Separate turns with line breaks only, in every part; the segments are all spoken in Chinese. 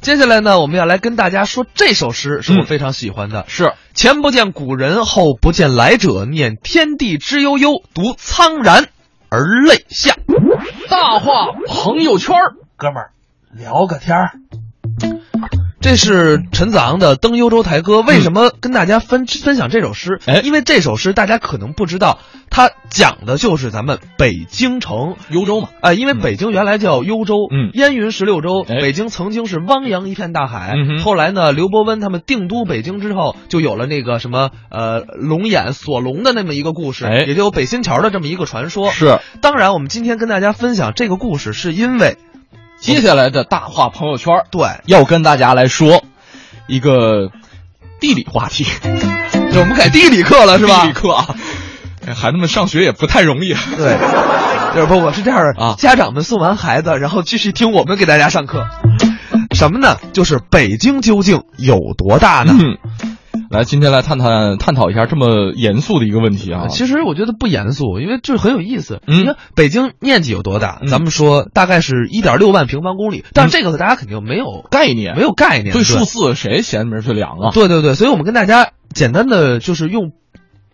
接下来呢，我们要来跟大家说这首诗是我非常喜欢的，
是
前不见古人，后不见来者，念天地之悠悠，独苍然而泪下。
大话朋友圈儿，
哥们儿，聊个天儿。
这是陈子昂的《登幽州台歌》。为什么跟大家分、分享这首诗？
哎
因为这首诗大家可能不知道，它讲的就是咱们北京城。
幽州嘛，
啊、因为北京原来叫幽州，
嗯
燕云十六州，
哎
北京曾经是汪洋一片大海。
嗯哼
后来呢，刘伯温他们定都北京之后，就有了那个什么呃龙眼锁龙的那么一个故事，
哎
也就有北新桥的这么一个传说。
是
当然，我们今天跟大家分享这个故事，是因为
接下来的大话朋友圈儿
对，
要跟大家来说一个地理话题，
对我们改地理课了是吧？
地理课啊，哎孩子们上学也不太容易。
对，就是不，我是这样的
啊
家长们送完孩子，然后继续听我们给大家上课。什么呢？就是北京究竟有多大呢？
嗯， 来，今天来探探探讨一下这么严肃的一个问题啊。
其实我觉得不严肃，因为就是很有意思。
嗯
你看北京面积有多大？
嗯
咱们说大概是一点六万平方公里，但这个大家肯定没有、
概念
没有概念，
对数字谁闲着去量啊？
对对对，所以我们跟大家简单的就是用，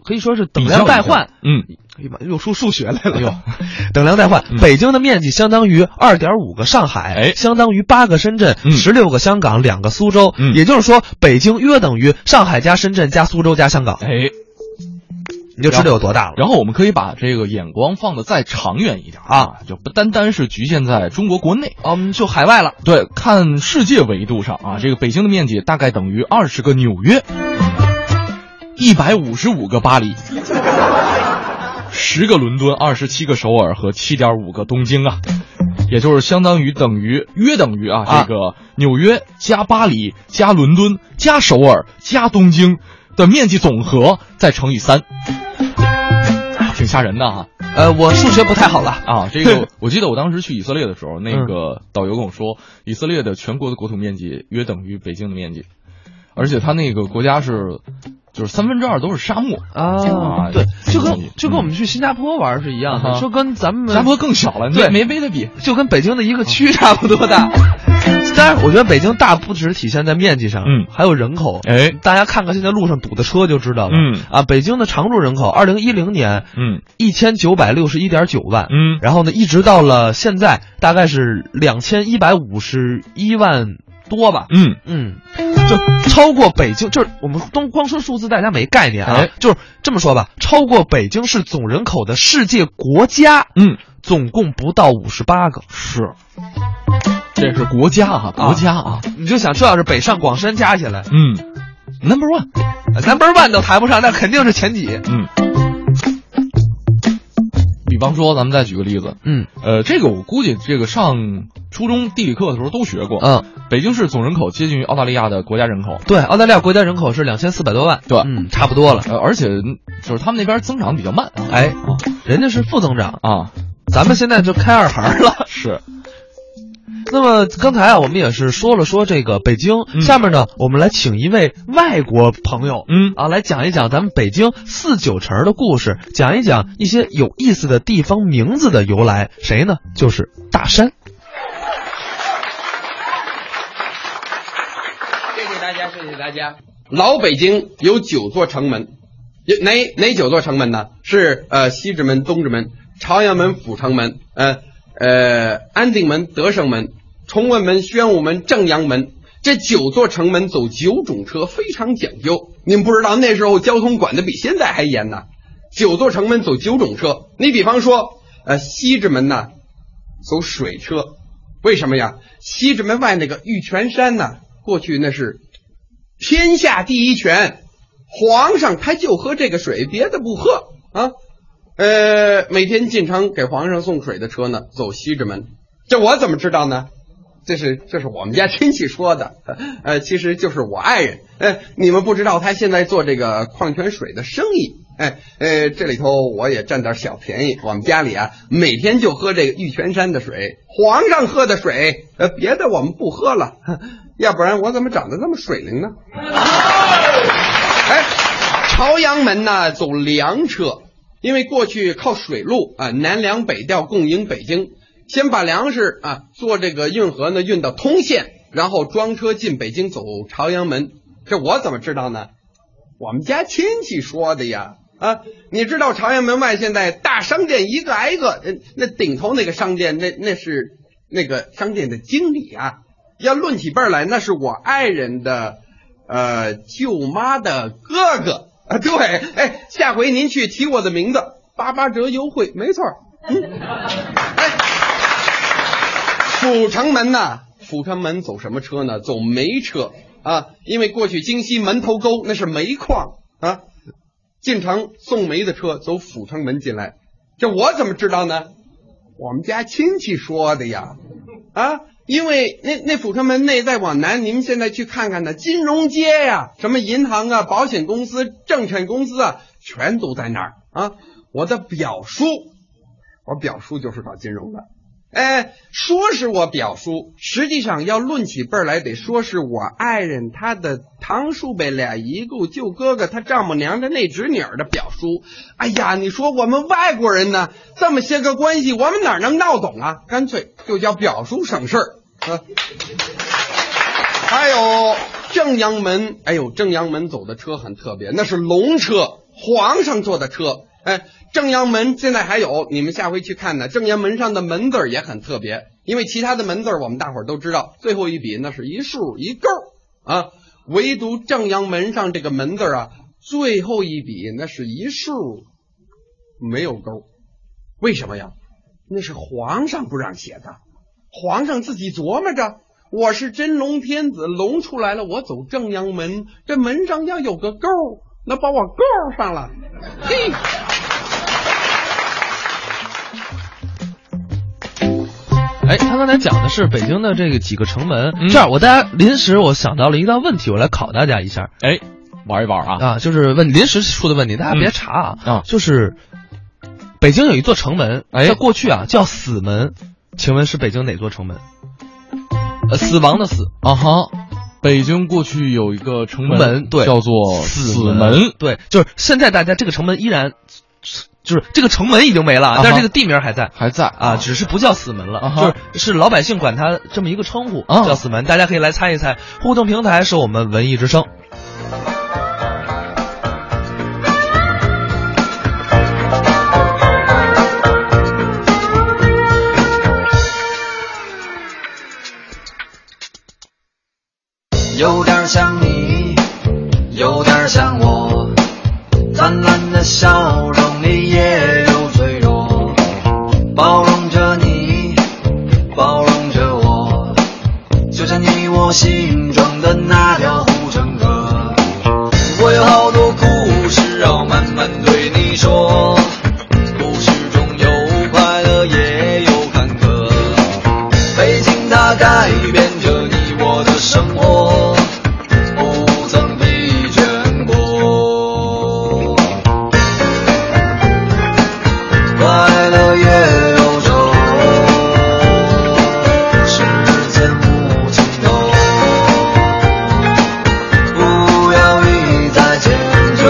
可以说是等
比
量
较
代
一下
换，
嗯，
哎呀妈，又出数学来了
哎呦
又。 等量代换，
嗯
北京的面积相当于二点五个上海，
哎
相当于八个深圳，
嗯
十六个香港，两个苏州。
嗯
也就是说，北京约等于上海加深圳加苏州加香港，
哎，
你就知道有多大了。
然后我们可以把这个眼光放得再长远一点啊，就不单单是局限在中国国内。
嗯，就海外了。
对，看世界维度上啊，这个北京的面积大概等于二十个纽约，一百五十五个巴黎，十个伦敦，二十七个首尔和七点五个东京啊，也就是相当于等于约等于啊，
啊
这个纽约加巴黎加伦敦加首尔加东京的面积总和再乘以三，挺吓人的啊。
呃，我数学不太好了。
啊，这 个我记得我当时去以色列的时候，那个导游跟我说，以色列的全国的国土面积约等于北京的面积，而且它那个国家是，就是三分之二都是沙漠，
啊，对，就跟就跟我们
嗯
去新加坡玩是一样
啊
的，
哈
就跟咱们
新加坡更小了，
对
没没没得比。
就跟北京的一个区差不多 大。当然，我觉得北京大不只体现在面积上，
嗯
还有人口。啊
哎，
大家看看现在路上堵的车就知道了。
嗯
啊，北京的常住人口，二零一零年
嗯
一千九百六十一点九万，
嗯，
然后呢，一直到了现在大概是两千一百五十一万多吧。
嗯
嗯，就超过北京，就是我们光光说数字，大家没概念啊。
哎
就是这么说吧，超过北京市总人口的世界国家，
嗯，
总共不到五十八个。
是，这是国家啊，国家啊，
你就想，这要是北上广深加起来呃
嗯，Number one，
，number one 都谈不上，那肯定是前几。
嗯。比方说，咱们再举个例子，
嗯
呃，这个我估计这个上初中地理课的时候都学过，
嗯，
北京市总人口接近于澳大利亚的国家人口，
对，澳大利亚国家人口是两千四百多万，
对
嗯，差不多了。
呃，而且就是他们那边增长比较慢啊
哎，人家是负增长，
啊，
咱们现在就开二孩了。
是，
那么刚才啊，我们也是说了说这个北京，
嗯
下面呢，我们来请一位外国朋友。
嗯
啊，来讲一讲咱们北京四九城的故事，讲一讲一些有意思的地方名字的由来。谁呢？就是大山。
谢谢大家，谢谢大家。老北京有九座城门，有哪哪九座城门呢？是呃西直门、东直门、朝阳门、阜成门，呃呃安定门、德胜门、崇文门、宣武门、正阳门。这九座城门走九种车，非常讲究。您不知道那时候交通管的比现在还严呢。九座城门走九种车，你比方说，呃西直门呐，走水车，为什么呀？西直门外那个玉泉山呐，过去那是天下第一泉，皇上他就喝这个水，别的不喝啊。呃，每天进城给皇上送水的车呢，走西直门。这我怎么知道呢？这是这是我们家亲戚说的， 呃，其实就是我爱人。呃，你们不知道他现在做这个矿泉水的生意。哎，呃，这里头我也占点小便宜。我们家里啊，每天就喝这个玉泉山的水，皇上喝的水，呃，别的我们不喝了， 要不然我怎么长得这么水灵呢？哎，朝阳门呢走粮车，因为过去靠水路啊，南粮北调供应北京，先把粮食啊做这个运河呢运到通县，然后装车进北京，走朝阳门。这我怎么知道呢？我们家亲戚说的呀。啊，你知道朝阳门外现在大商店一个挨一个，呃那顶头那个商店，那那是那个商店的经理啊。要论起辈儿来，那是我爱人的呃舅妈的哥哥啊。对，哎，下回您去提我的名字，八八折优惠，没错儿。嗯哎阜成门呐，阜成门走什么车呢？走煤车啊，因为过去京西门头沟那是煤矿啊，进城送煤的车走阜成门进来，这我怎么知道呢？我们家亲戚说的呀，啊，因为那那阜成门内再往南，你们现在去看看呢，金融街呀、什么银行啊、保险公司、证券公司啊，全都在那儿啊。我的表叔，我表叔就是搞金融的，哎，说是我表叔，实际上要论起辈儿来，得说是我爱人他的堂叔辈俩姨姑舅哥哥他丈母娘的那侄女儿的表叔。哎呀，你说我们外国人呢，这么些个关系，我们哪能闹懂啊？干脆就叫表叔省事儿。啊还有正阳门，哎呦，正阳门走的车很特别，那是龙车，皇上坐的车。哎，正阳门现在还有，你们下回去看呢。正阳门上的门字儿也很特别，因为其他的门字儿我们大伙儿都知道，最后一笔那是一竖一勾儿啊，唯独正阳门上这个门字儿啊，最后一笔那是一竖，没有勾儿，为什么呀？那是皇上不让写的。皇上自己琢磨着，我是真龙天子，龙出来了，我走正阳门，这门上要有个勾儿，那把我勾儿上了，嘿。
哎，他刚才讲的是北京的这个几个城门，
嗯
这样我大家临时我想到了一道问题，我来考大家一下
哎，玩一玩啊，
啊，就是问临时出的问题，大家别查啊，
嗯啊
就是北京有一座城门，
哎
在过去啊叫死门，请问是北京哪座城门？呃，死亡的死，
啊哈。北京过去有一个城门，
门对
叫做
死
门，
对，就是现在大家这个城门依然，就是这个城门已经没了，
啊哈
但是这个地名还在。
还在
啊，只是不叫死门了，
啊哈
就是是老百姓管它这么一个称呼，
啊
叫死门。大家可以来猜一猜，互动平台是我们文艺之声。
有点像你，有点像我，灿烂的笑容里也有脆弱，包容着你，包容着我，就像你我心中的那条护城河。我有好多故事要慢慢对你说，故事中有快乐也有坎坷。北京它改变着你我的生活，不曾疲倦过。快乐也有愁，时间无尽头，不要一再迁就，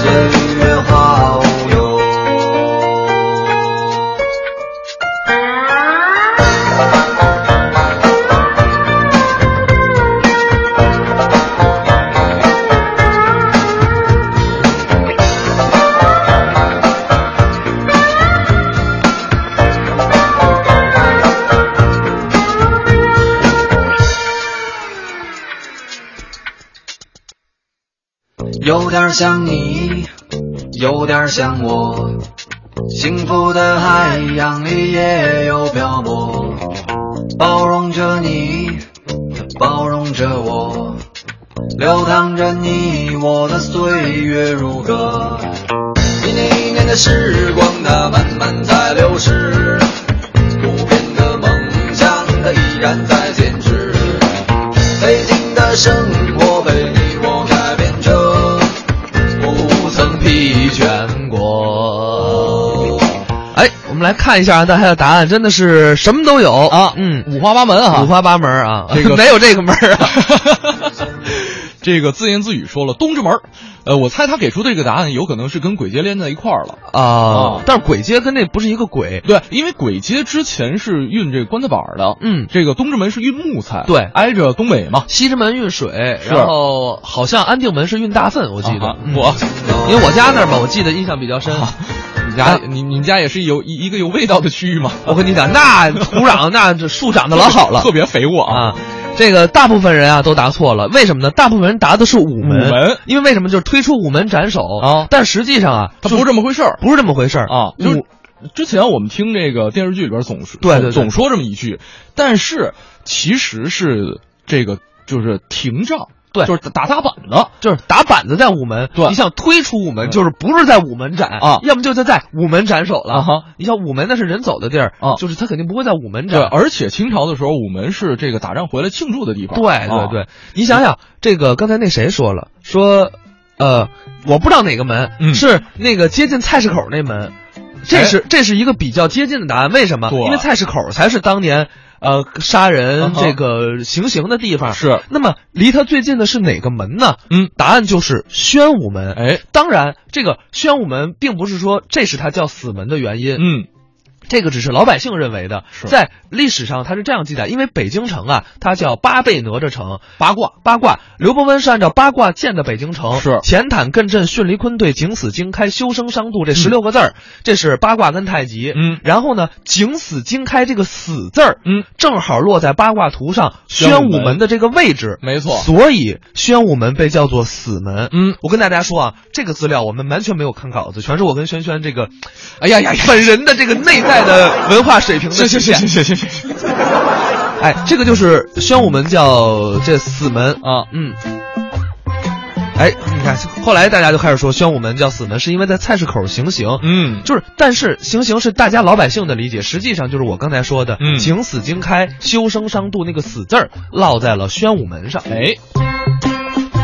岁月化无忧。有点像你，有点像我，幸福的海洋里也有漂泊，包容着你，包容着我，流淌着你我的岁月如歌，一年一年的时光它慢慢在流逝，不变的梦想它依然在坚持。北京的生活被你我改变着，不曾疲倦过。
哎，我们来看一下大家的答案，真的是什么都有啊，嗯，
五花八门啊，
五花八门啊，
这个
没有这个门啊。
这个自言自语说了东直门儿，呃，我猜他给出这个答案有可能是跟簋街连在一块儿了。
啊，但是簋街跟那不是一个鬼，
对，因为簋街之前是运这个棺材板儿的，
嗯
这个东直门是运木材，
对
挨着东北嘛。
西直门运水，
是
然后好像安定门是运大粪，我记得，
啊
嗯
我啊
因为我家那儿吧，我记得印象比较深。
你家、你你们家也是有一一个有味道的区域 嘛？
我跟你讲，那土壤那这树长得老好了
特别肥沃啊。
啊。这个大部分人啊都答错了，为什么呢？大部分人答的是午门，
午门
因为为什么就是推出午门斩首
啊
但实际上啊，
它不是这么回事儿
不是这么回事儿
啊，就是
午
之前我们听这个电视剧里边总是
对对对
总说这么一句，但是其实是这个就是廷杖，
对
就是打打板的。
就是打板子在午门，
对嗯
你想推出午门，就是不是在午门斩
啊
要么就就在午门斩首
啊
了。
哈
你像午门那是人走的地儿，
啊
就是他肯定不会在午门
对，
斩。
而且清朝的时候，午门是这个打仗回来庆祝的地方。
对
啊
对对，你想想这个刚才那谁说了，说，呃，我不知道哪个门、
嗯哎
是那个接近菜市口那门，这是、这是一个比较接近的答案。为什么？
对
因为菜市口才是当年呃杀
啊
人
哈
这个行刑的地方。
是，
那么离他最近的是哪个门呢？
嗯，
答案就是宣武门。
哎，
当然，这个宣武门并不是说这是它叫死门的原因，
嗯，
这个只是老百姓认为的。
是
在历史上，它是这样记载：因为北京城啊，它叫八倍哪吒城，八卦八卦。刘伯温是按照八卦建的北京城，
是
前坦艮震巽离坤兑井死经开修生商度这十六个字儿，这是八卦跟太极。
嗯
然后呢，井死经开这个死字儿，
嗯，
正好落在八卦图上
宣
宣
武
武
门
门的这个位置，
没错
所以宣武门被叫做死门。
嗯，
我跟大家说啊，这个资料我们完全没有看稿子，全是我跟轩轩这个，
哎呀呀呀，
本人的这个内在的文化水平的
行行
体
行
现。
行行行行行
哎，这个就是宣武门叫这死门。
啊，
嗯。哎，你看，后来大家就开始说宣武门叫死门，是因为在菜市口行刑。
嗯，
就是，但是行刑是大家老百姓的理解，实际上就是我刚才说的
嗯
“井死经开，修生商度”那个“死”字儿落在了宣武门上。
哎。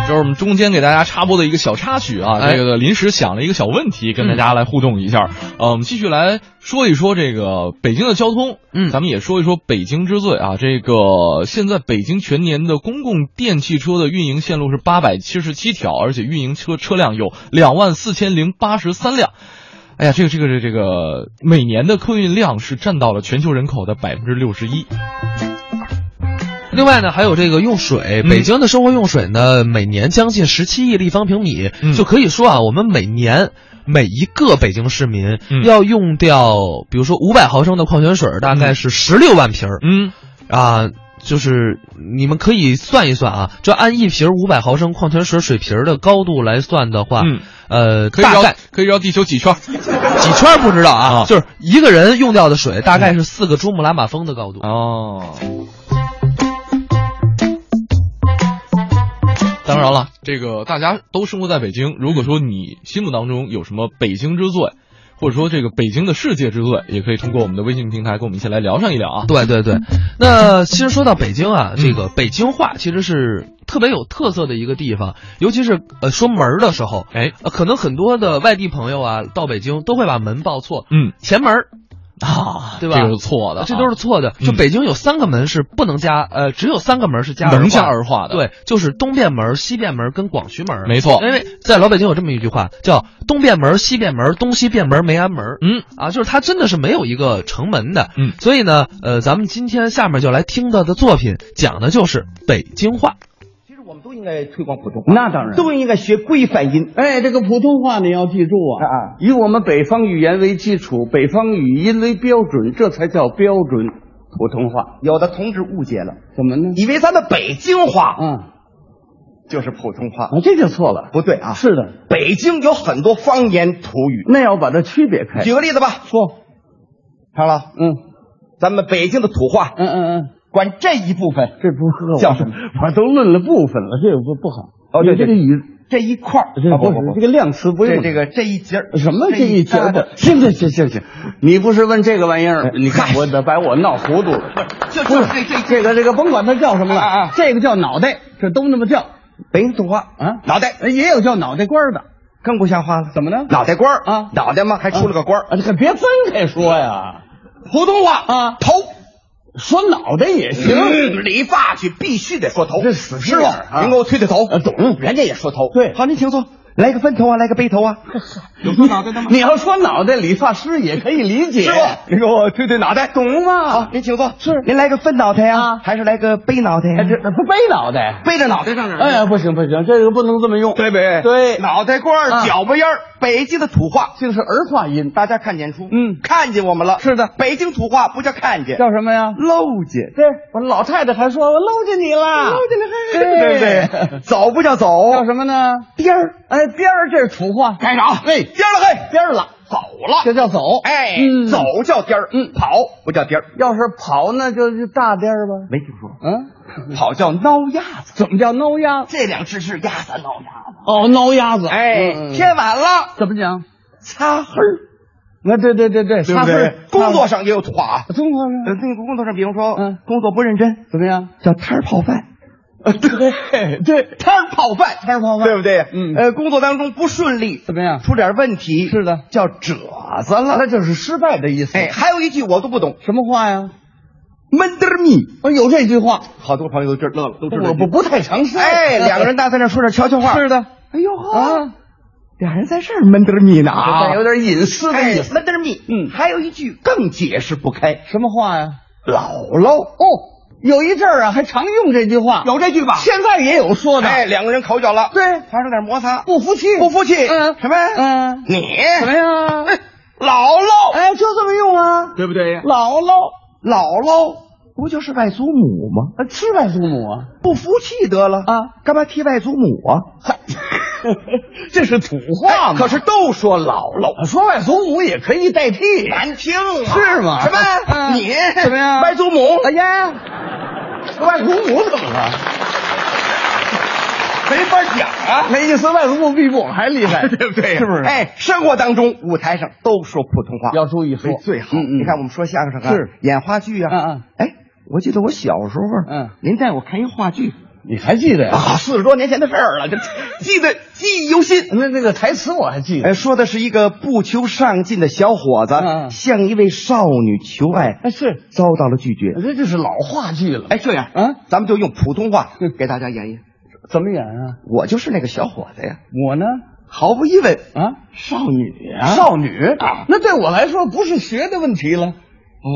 就是我们中间给大家插播的一个小插曲啊，
哎嗯
这个临时想了一个小问题，跟大家来互动一下。呃，我们继续来说一说这个北京的交通，
嗯
咱们也说一说北京之最啊。这个现在北京全年的公共电汽车的运营线路是八百七十七条，而且运营车车辆有两万四千零八十三辆。哎呀，这个这个这个这个每年的客运量是占到了全球人口的百分之六十一。
另外呢，还有这个用水，
嗯
北京的生活用水呢，每年将近十七亿立方平米，
嗯
就可以说啊，我们每年。每一个北京市民
嗯
要用掉，比如说五百毫升的矿泉水，大概是十六万瓶儿
嗯，
啊。就是你们可以算一算啊，就按一瓶五百毫升矿泉水水瓶儿的高度来算的话，
嗯
呃，
可以
大
绕
概
可以绕地球几圈儿？
几圈儿不知道啊，
啊
就是一个人用掉的水大概是四个珠穆朗玛峰的高度。
哦。当然了，这个大家都生活在北京。如果说你心目当中有什么北京之最，或者说这个北京的世界之最，也可以通过我们的微信平台跟我们一起来聊上一聊啊。
对对对，那其实说到北京啊，
嗯
这个北京话其实是特别有特色的一个地方，尤其是呃说门儿的时候，
哎，
呃可能很多的外地朋友啊到北京都会把门报错，
嗯
前门儿
啊，
对吧
这个是错的啊、
这都是错的。
嗯
就北京有三个门是不能加，呃，只有三个门是加
能
儿化
加儿化的
对，就是东便门、西便门跟广渠门。
没错
因为在老北京有这么一句话叫“东便门、西便门、东西便门、梅安门”。
嗯
啊，就是它真的是没有一个城门的。
嗯
所以呢，呃，咱们今天下面就来听到的作品讲的就是北京话。
其实我们都应该推广普通话，
那当然，
都应该学规范音。
哎，这个普通话你要记住啊，
啊
以我们北方语言为基础，北方语音为标准，这才叫标准普通话。
有的同志误解了，
怎么呢？
以为咱们北京话
嗯，啊，
就是普通话，
这就错了。
不对啊。
是的，
北京有很多方言土语。
那要把它区别开。
举个例子吧，
嗯说，
长老，
嗯
咱们北京的土话
嗯嗯嗯，
管这一部分，
这不合
叫什么
我都论了部分了，这个不不好。
哦对
你这
对
个语，
这一块儿，
这
啊
不是
不不不
这个量词不用
这这个这一节儿
什么这
一
一节
搭
的
的，，
行行行行行，你不是问这个玩意儿，你看我得把我闹糊涂了。
嗯 就
不
就是这
这
这
个这个，甭管它叫什么了，
啊啊
这个叫脑袋，这都那么叫
北京土话
啊。
脑袋
也有叫脑袋瓜儿的，
更不像话了，
怎么呢
脑袋瓜儿
啊
脑袋嘛还出了个官儿，
啊，你可别分开说呀。
普通话
啊
头
说脑袋也行。
嗯，理发去必须得说头，
这死皮
师
眼
傅
儿啊，
您给我推推头，
呃懂
人家也说头，
对
好，您请坐，来个分头啊，来个背头啊，有说脑袋 的吗？
你要说脑袋，理发师也可以理解。
师傅，您给我推推脑袋，
懂吗？
好，您请坐，是，啊您来个分脑袋呀，还是来个背脑袋啊
哎，这
呀？
这不背脑袋？
背着脑袋上哪儿
哎呀，不行不行，这个不能这么用。
对呗，
对
脑袋瓜
啊
儿、脚巴烟儿，北京的土话，
这个是儿化音，
大家看演出，
嗯
看见我们了，
是的
北京土话不叫看见，
叫什么呀？
漏见，
对，我老太太还说我搂着你了，搂着你
对不
对对
对？走不叫走，
叫什么呢？
颠儿，
哎，边儿这是土话，
开场，哎，颠儿了嘿，
边儿了，
走了，
这叫走。
哎，
嗯
走叫颠儿，
嗯
跑不叫颠儿，
要是跑那就就大边儿吧。
没听说，
嗯，
跑叫挠鸭子，
怎么叫挠鸭子？
这两只是鸭子挠鸭子，
哦，挠鸭子。嗯
哎，天晚了，
怎么讲？
擦黑儿，
啊，对对对对，
对
他
不对
是？
工作上也有土话啊，
中国
呃，
人
那个工作上，比如说，
嗯
工作不认真，
怎么样？
叫摊儿泡饭。
对对，
摊儿泡饭，
摊儿泡饭
对不对？
嗯
呃，工作当中不顺利，
怎么样？
出点问题，
是的
叫褶子了。
那就是失败的意思。
哎，还有一句我都不懂，
什么话呀？
闷得儿密，
哦，有这句话，
好多朋友都知乐了，都知道。
我不不太常说。
哎，两个人搭在那儿说点悄悄话。
是的
哎呦呵，
啊，
俩人在这儿闷得儿密呢啊，
这有点隐私的意
哎，
思。
闷得儿密。
嗯
还有一句更解释不开，
什么话呀？
姥姥
哦，有一阵儿啊，还常用这句话，
有这句吧？
现在也有说的。
哎，两个人口角了，
对
发生点摩擦，
不服气，
不服气，
嗯，
什么？
嗯，
你哎
什么呀？
姥姥，
哎，就这么用啊，
对不对呀？
姥姥，
姥姥不就是外祖母吗？
呃是外祖母啊，
不服气得了
啊，
干嘛提外祖母啊？
这哎是土话嘛。
可是都说姥姥，
说外祖母也可以代替，
啊难听啊
是吗？
什么？
嗯
你
什么呀？
外祖母？
哎呀，外祖母怎么了？
没法讲啊，
没意思，外祖母比我还厉害，
对不对？
是不是？，
哎，生活当中、舞台上都说普通话，
要注意说
所以最好。
嗯嗯
你看我们说相声啊，
是
演话剧啊，
嗯嗯。
哎，我记得我小时候，
嗯
您带我看一话剧
你还记得呀？
啊，四十多年前的事儿了，这记得记忆犹新。
那那个台词我还记得。
哎，说的是一个不求上进的小伙子
嗯嗯
向一位少女求爱，
哎，是，
遭到了拒绝。
这就是老话剧了。
哎，这样，
嗯，
咱们就用普通话
嗯
给大家演演。
怎么演啊？
我就是那个小伙子呀，
我呢？
毫无疑问，
啊，
少女呀，
少女
啊
那对我来说不是学的问题了。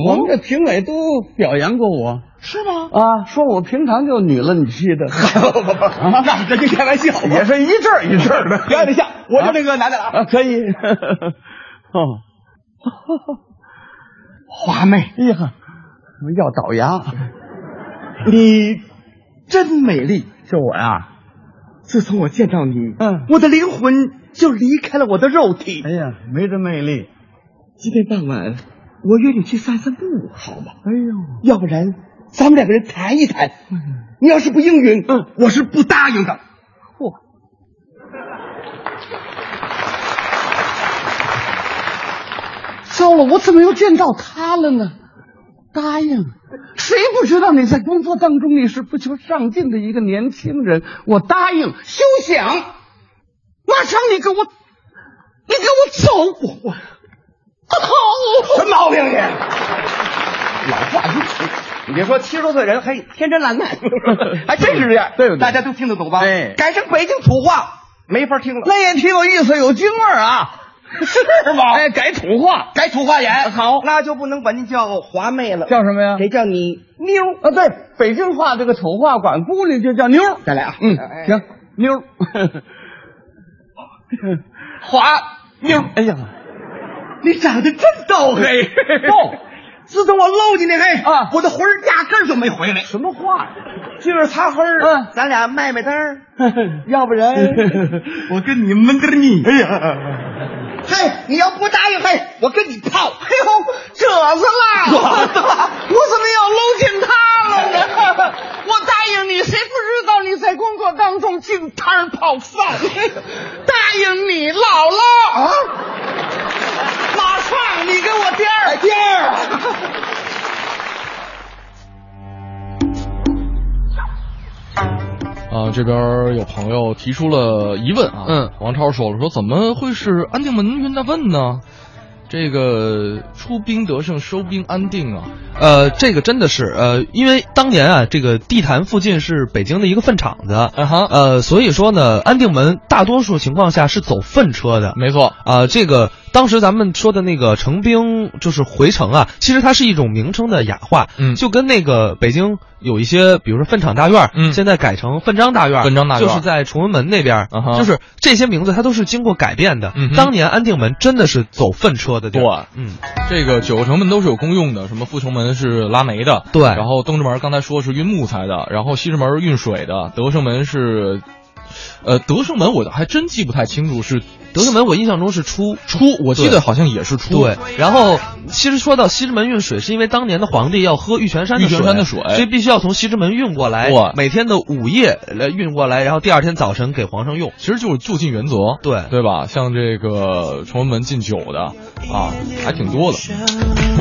我们这评委都表扬过我
是吗？
啊，说我平常就女了你气的，
不不不，啊那这就开玩笑，
也是一阵儿一阵儿 的。
表演一下，我就那个男的了啊，
啊，可以。哦，
花妹，
哎呀，我要倒牙，
你真美丽。
就我呀。
啊自从我见到你，
嗯
我的灵魂就离开了我的肉 体。
哎呀，没这魅力。
今天傍晚，我约你去散散步，好吗？
哎呦，嗯
要不然咱们两个人谈一谈。你要是不应允，嗯，我是不答应的。
嚯！糟了，我怎么又见到他了呢？答应，谁不知道你在工作当中你是不求上进的一个年轻人？我答应，休想！马上你给我，你给我走！我我
什么毛病你？老话你别说七十多岁人还天真烂漫，还真是这样，
对不对
大家都听得懂吧？
哎
改成北京土话没法听了，
那也挺有意思，有京味儿啊！
是吗
哎，改土话，
改土话演
好
那就不能管您叫华妹了，
叫什么呀？
得叫你妞儿。
啊，对，北京话这个土话管姑娘就叫妞儿。
再来啊，
嗯，
哎
行，，妞儿。
华妞儿，
哎呀，
你长得真 逗嘿，
逗。
自从我搂你那嘿，
啊
我的魂儿压根儿就没回来。
什么话呀？
今儿擦黑儿，
嗯
咱俩卖卖单 儿，要不然
我跟你闷着你。哎呀，
嘿，你要不答应，嘿，我跟你泡。嘿呦，褶子 啦，我怎么要搂进他了呢？
我答应你，谁不知道你在工作当中进摊儿泡 饭？答应你，姥姥啊！马上你给我颠儿颠儿。
啊，这边有朋友提出了疑问啊，
嗯，
王超说了，说怎么会是安定门云大问呢？这个出兵得胜，收兵安定啊。
呃，这个真的是呃，因为当年啊，这个地坛附近是北京的一个粪场子，
嗯哼
呃，所以说呢，安定门大多数情况下是走粪车的，
没错，
啊、这个当时咱们说的那个成兵就是回城啊，其实它是一种名称的雅化，
嗯
就跟那个北京有一些，比如说粪场大院儿，
嗯
现在改成粪章大院儿，
粪章大院儿
就是在崇文门那边儿，
啊哈
就是这些名字它都是经过改变的。
嗯哼
当年安定门真的是走粪车的地儿，
对
嗯，
这个九个城门都是有公用的，什么阜成门是拉煤的，
对
然后东直门刚才说是运木材的，然后西直门是运水的，德胜门是，呃，德胜门我还真记不太清楚是
德胜门我印象中是出
出，我记
对
得好像也是出，
对，然后其实说到西直门运水，是因为当年的皇帝要喝玉泉山的
玉泉
水，
山的水
所以必须要从西直门运过来
哇，
每天的午夜来运过来，然后第二天早晨给皇上用。
其实就是就近原则，
对
对吧？像这个崇文门进酒的啊，还挺多的。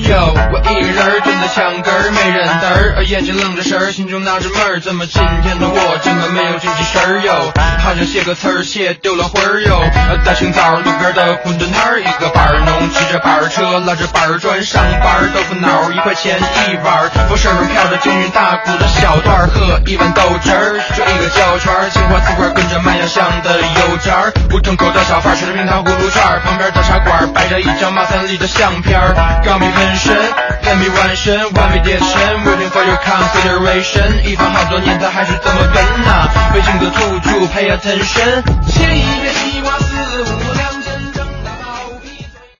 哟，我一人儿蹲在墙根儿，没人嘚儿，呃眼睛愣着神儿，心中纳着闷儿，怎么今天的我真的没有精气神儿哟？好像写个词儿写丢了魂儿哟。呃大清早路边的馄饨摊儿，一个板儿农骑着板儿车，拉着板儿砖上班儿，豆腐脑儿一块钱一碗儿，风身上飘着均匀大骨的小段儿，喝一碗豆汁儿，转一个胶圈儿，青花瓷罐跟着麦芽香的油渣儿，胡同口的小贩儿吃着冰糖葫芦串儿，旁边的茶馆儿摆着一张马三立的相片儿，Got me 纹身，Let me 完身，One me 点身，Waiting for your consideration，一晃好多年，他还是这么笨呐、北京的土著，Pay attention，切一个西